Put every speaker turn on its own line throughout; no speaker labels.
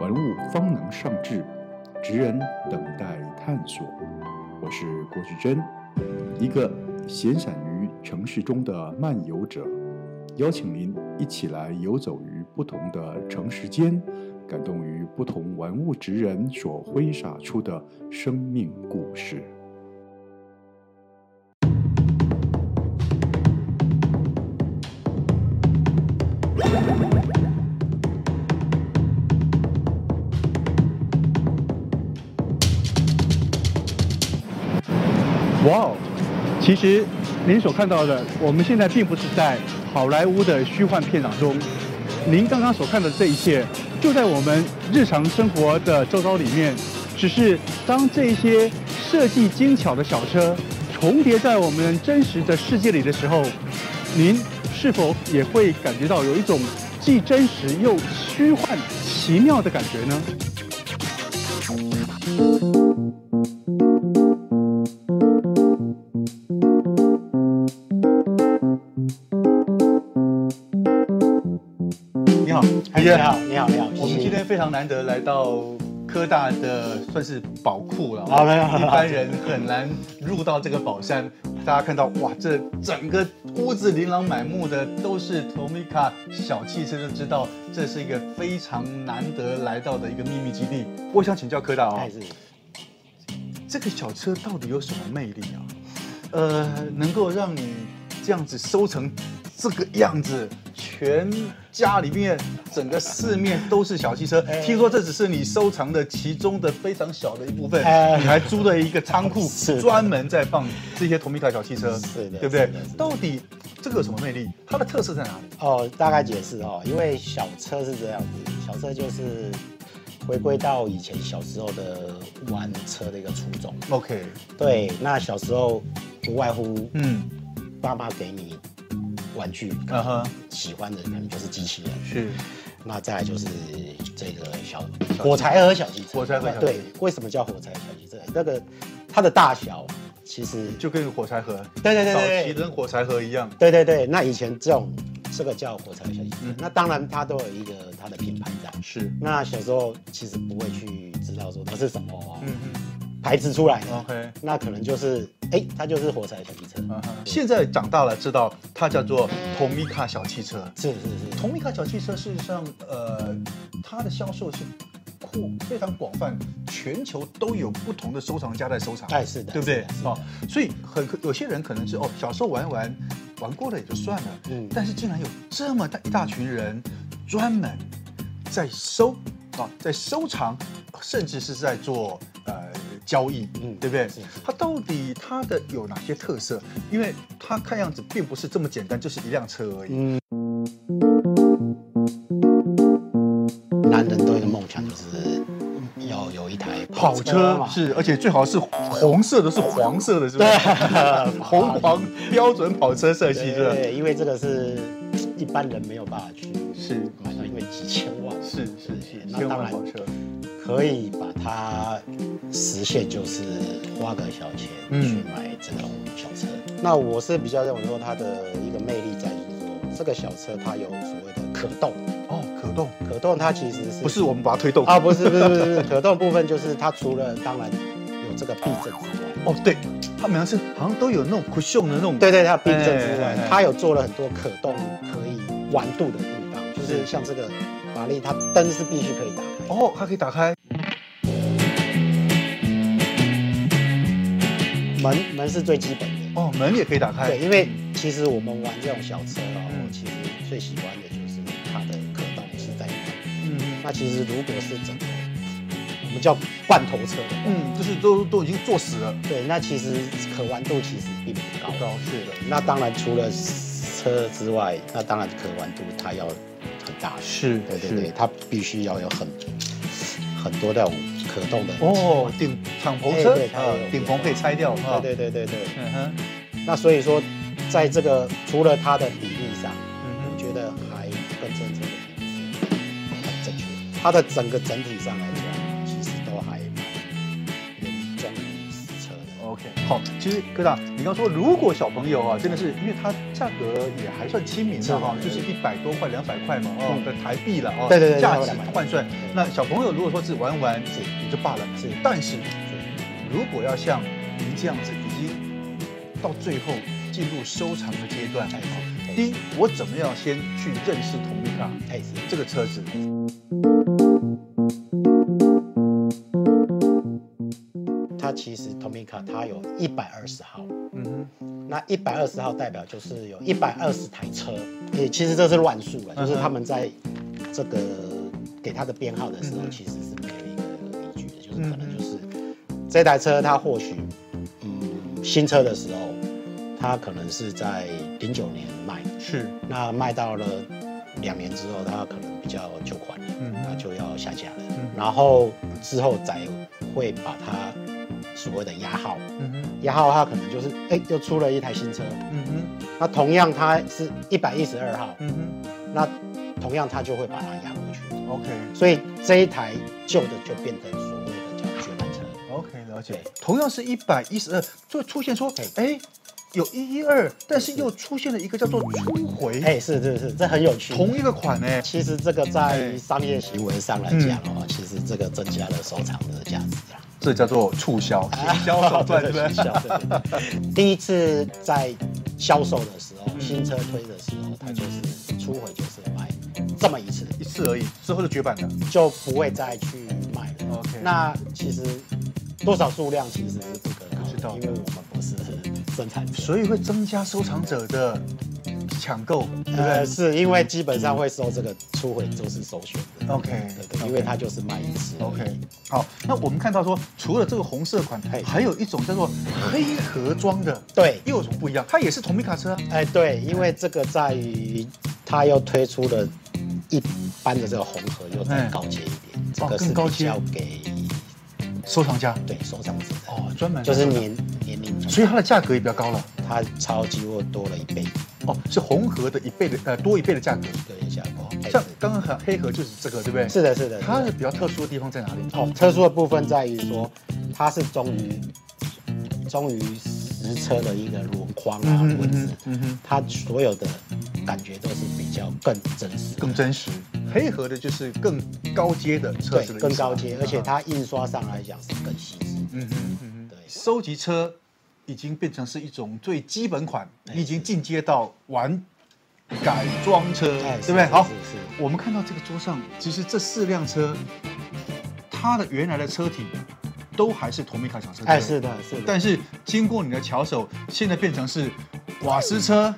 玩物方能上志，职人等待探索。我是郭旭珍，一个闲散于城市中的漫游者，邀请您一起来游走于不同的城市间，感动于不同玩物职人所挥洒出的生命故事。
哇哦！其实您所看到的，我们现在并不是在好莱坞的虚幻片场中，您刚刚所看到的这一切，就在我们日常生活的周遭里面。只是当这些设计精巧的小车重叠在我们真实的世界里的时候，您是否也会感觉到有一种既真实又虚幻、奇妙的感觉呢？你好，韩姐
你好，你好，你好，
我们今天非常难得来到科大的算是宝库了，啊
好没有好
一般人很难入到这个宝山。大家看到哇，这整个屋子琳琅满目的都是 Tomica 小汽车，就知道这是一个非常难得来到的一个秘密基地。我想请教科大
还
哦，
哎是
这个小车到底有什么魅力啊？呃，能够让你这样子收成这个样子，全家里面整个四面都是小汽车。
哎
听说这只是你收藏的其中的非常小的一部分，
哎
你还租了一个仓库
是，的
专门在放这些同米卡小汽车，
是的
对不对
是的是的？
到底这个有什么魅力？它的特色在哪里？
哦，大概解释哦，因为小车是这样子，小车就是回归到以前小时候的玩车的一个初衷。
OK，
对，那小时候不外乎
嗯，
爸妈给你玩具，
啊哈，
喜欢的可能就是机器人，
是
那再来就是这个小火柴盒小汽车。
火柴盒小汽车
对，为什么叫火柴盒小汽车？那个它的大小其实
就跟火柴盒，
对对对对
早期跟火柴盒一样，
对对对，那以前这种这个叫火柴小汽车，
嗯
那当然它都有一个它的品牌在。
是，
那小时候其实不会去知道说它是什么、哦
嗯哦嗯
牌子出来的，
，OK。
那可能就是哎、它就是火柴小汽车。
啊哈现在长大了，知道它叫做 Tomica 小汽车。
是是是，
Tomica 小汽车事实上，呃，它的销售是扩非常广泛，全球都有不同的收藏家在收藏，
哎是的，
对不对
是的？是的
哦，所以很有些人可能是哦，小时候玩一玩，玩过了也就算了，
嗯
但是竟然有这么大一大群人专门在收啊，在收藏，甚至是在做呃交易，
嗯
对不对
是？
它到底它的有哪些特色？因为它看样子并不是这么简单，就是一辆车而已。
嗯。男人都有一个梦想，就是要有一台
跑车
嘛。
是，而且最好是红色的，是黄色的，是吧？
对
红黄标准跑车设计，
对
是吧
对，？对因为这个是一般人没有办法去
是
买到，因为几千万。
是是是，
那
千
当
万
然
跑车，
可以把它实现，就是花个小钱
嗯
去买这种小车。那我是比较认为说它的一个魅力在于说，这个小车它有所谓的可动，
哦，可动，
可动它其实是
不是我们把它推动
啊，不是不是不是可动部分就是它除了当然有这个避震之外。
哦，对，他们好像是好像都有那种 cushion 的那种，
对对，它有避震之
哎哎
外
哎，
它有做了很多可动可以玩度的地方，就是像这个法拉利，它灯是必须可以打开的。
哦，它可以打开，
门门是最基本的。
哦，门也可以打开，
对，因为其实我们玩这种小车哦，
嗯
其实最喜欢的就是它的可动是在哪。
嗯
那其实如果是整个我们叫罐头车的话，
嗯，就是都都已经坐死了，
对，那其实可玩度其实并不高。
高是的，
那当然除了车之外，那当然可玩度它要很大。
是
对对
是
对，它必须要有很很多那种可动的。
哦，顶敞篷
哎
车
对它
啊
有，
顶篷可以拆掉啊，
对对对对对。
嗯哼，
那所以说，在这个除了它的比例上。我
嗯
觉得还更正确的比例是很正确的。它的整个整体上来讲，其实都还蛮原装于实车
哼
的。
OK，好，其实哥大，你刚说如果小朋友啊，真的是因为它价格也还算亲民的哈、
是
就是
的
一百多块、两百块嘛，哦，
嗯
的台币了哦，
对对对
价值
200块
换算
对。
那小朋友如果说只玩玩
是
也就罢了，
是
但是
对
如果要像您这样子，已经到最后进入收藏的阶段，哎
对
第一，我怎么样先去认识 Tomica
哎是。
这个车子？
它其实 Tomica 它有一百二十号，
嗯哼，
那一百二十号代表就是有一百二十台车，也其实这是乱数了，就是他们在这个给它的编号的时候
嗯，
其实是没有一个依据的，就是可能
嗯
就是这台车它或许，嗯，新车的时候，它可能是在零九年卖，
是，
那卖到了两年之后，它可能比较旧款了，
嗯
那就要下架了，
嗯
然后之后再会把它所谓的压号。
嗯哼，
然后它可能就是哎、又出了一台新车，
嗯哼，
那同样它是一百一十二号，
嗯哼
那同样它就会把它压过去，
，OK。
所以这一台旧的就变成所谓的叫绝版车。
OK，了解
对。
同样是一百一十二，就出现说
嘿，
哎，有一一二，但是又出现了一个叫做初回，
哎、是是是，这很有趣。
同一个款哎呢。
其实这个在商业行为上来讲
嗯
哦，其实这个增加了收藏的价值 啊。
这叫做促销、行啊销手哦段，对不
对
对？
行销对对对第一次在销售的时候，
嗯
新车推的时候，它就是初回就是卖这么一次，
一次而已，之后就绝版了。
就不会再去卖了。
OK，
那其实多少数量其实是不可
不知道
靠的，因为我们不是生产者。
所以会增加收藏者的抢购，对不
呃，
对
是因为基本上会收这个初回就是首选的，
？OK，
对对，
嗯 OK
因为它就是卖一次。
OK，好，那我们看到说，除了这个红色款，
嘿
还有一种叫做黑盒装的，
对，
又有什么不一样？它也是同米卡车啊，
哎对，因为这个在于它又推出了一般的这个红盒又再高阶一点，这个
嗯哦更
是
高
比
阶
较给
收藏家
对收藏者的，
哦，专门
就是年年龄层，
所以它的价格也比较高了。
它超级又多了一倍，
哦，是红河的一倍的呃多一倍的价格。
对，一下高。哎
像
是
刚刚很黑河就是这个，对不对？
是的，是的，
它
是的
的比较特殊的地方在哪里？
哦，特殊的部分在于说，它是忠于忠于实车的一个轮框啊、
嗯哼
轮子，
嗯哼嗯哼
它所有的感觉都是比较更真实的、
更真实。黑河的就是更高阶的车
对
子的意思
更高阶，而且
啊
它印刷上来讲是更细致。
嗯哼嗯哼，
对
收集车已经变成是一种最基本款，
哎
你已经进阶到玩改装车，
哎
对
是
不对？
是
好
是是，
我们看到这个桌上，其实这四辆车，它的原来的车体都还是同米卡小车，
哎，
对不对
是的，是的，
但是经过你的巧手，现在变成是瓦斯车、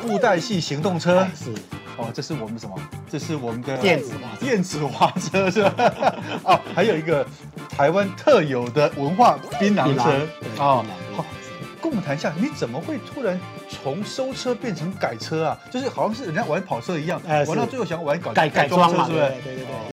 布袋戏行动车
哎。是
哦，这是我们什么？这是我们的
电子瓦车
电子瓦车是吧？ 哦，还有一个台湾特有的文化槟榔
槟榔
车
对
哦
槟榔槟榔
好，跟我们谈一下，你怎么会突然从收车变成改车啊？就是好像是人家玩跑车一样，
哎是
玩到最后想玩搞
改改装嘛，
是不
对
是？
对对对，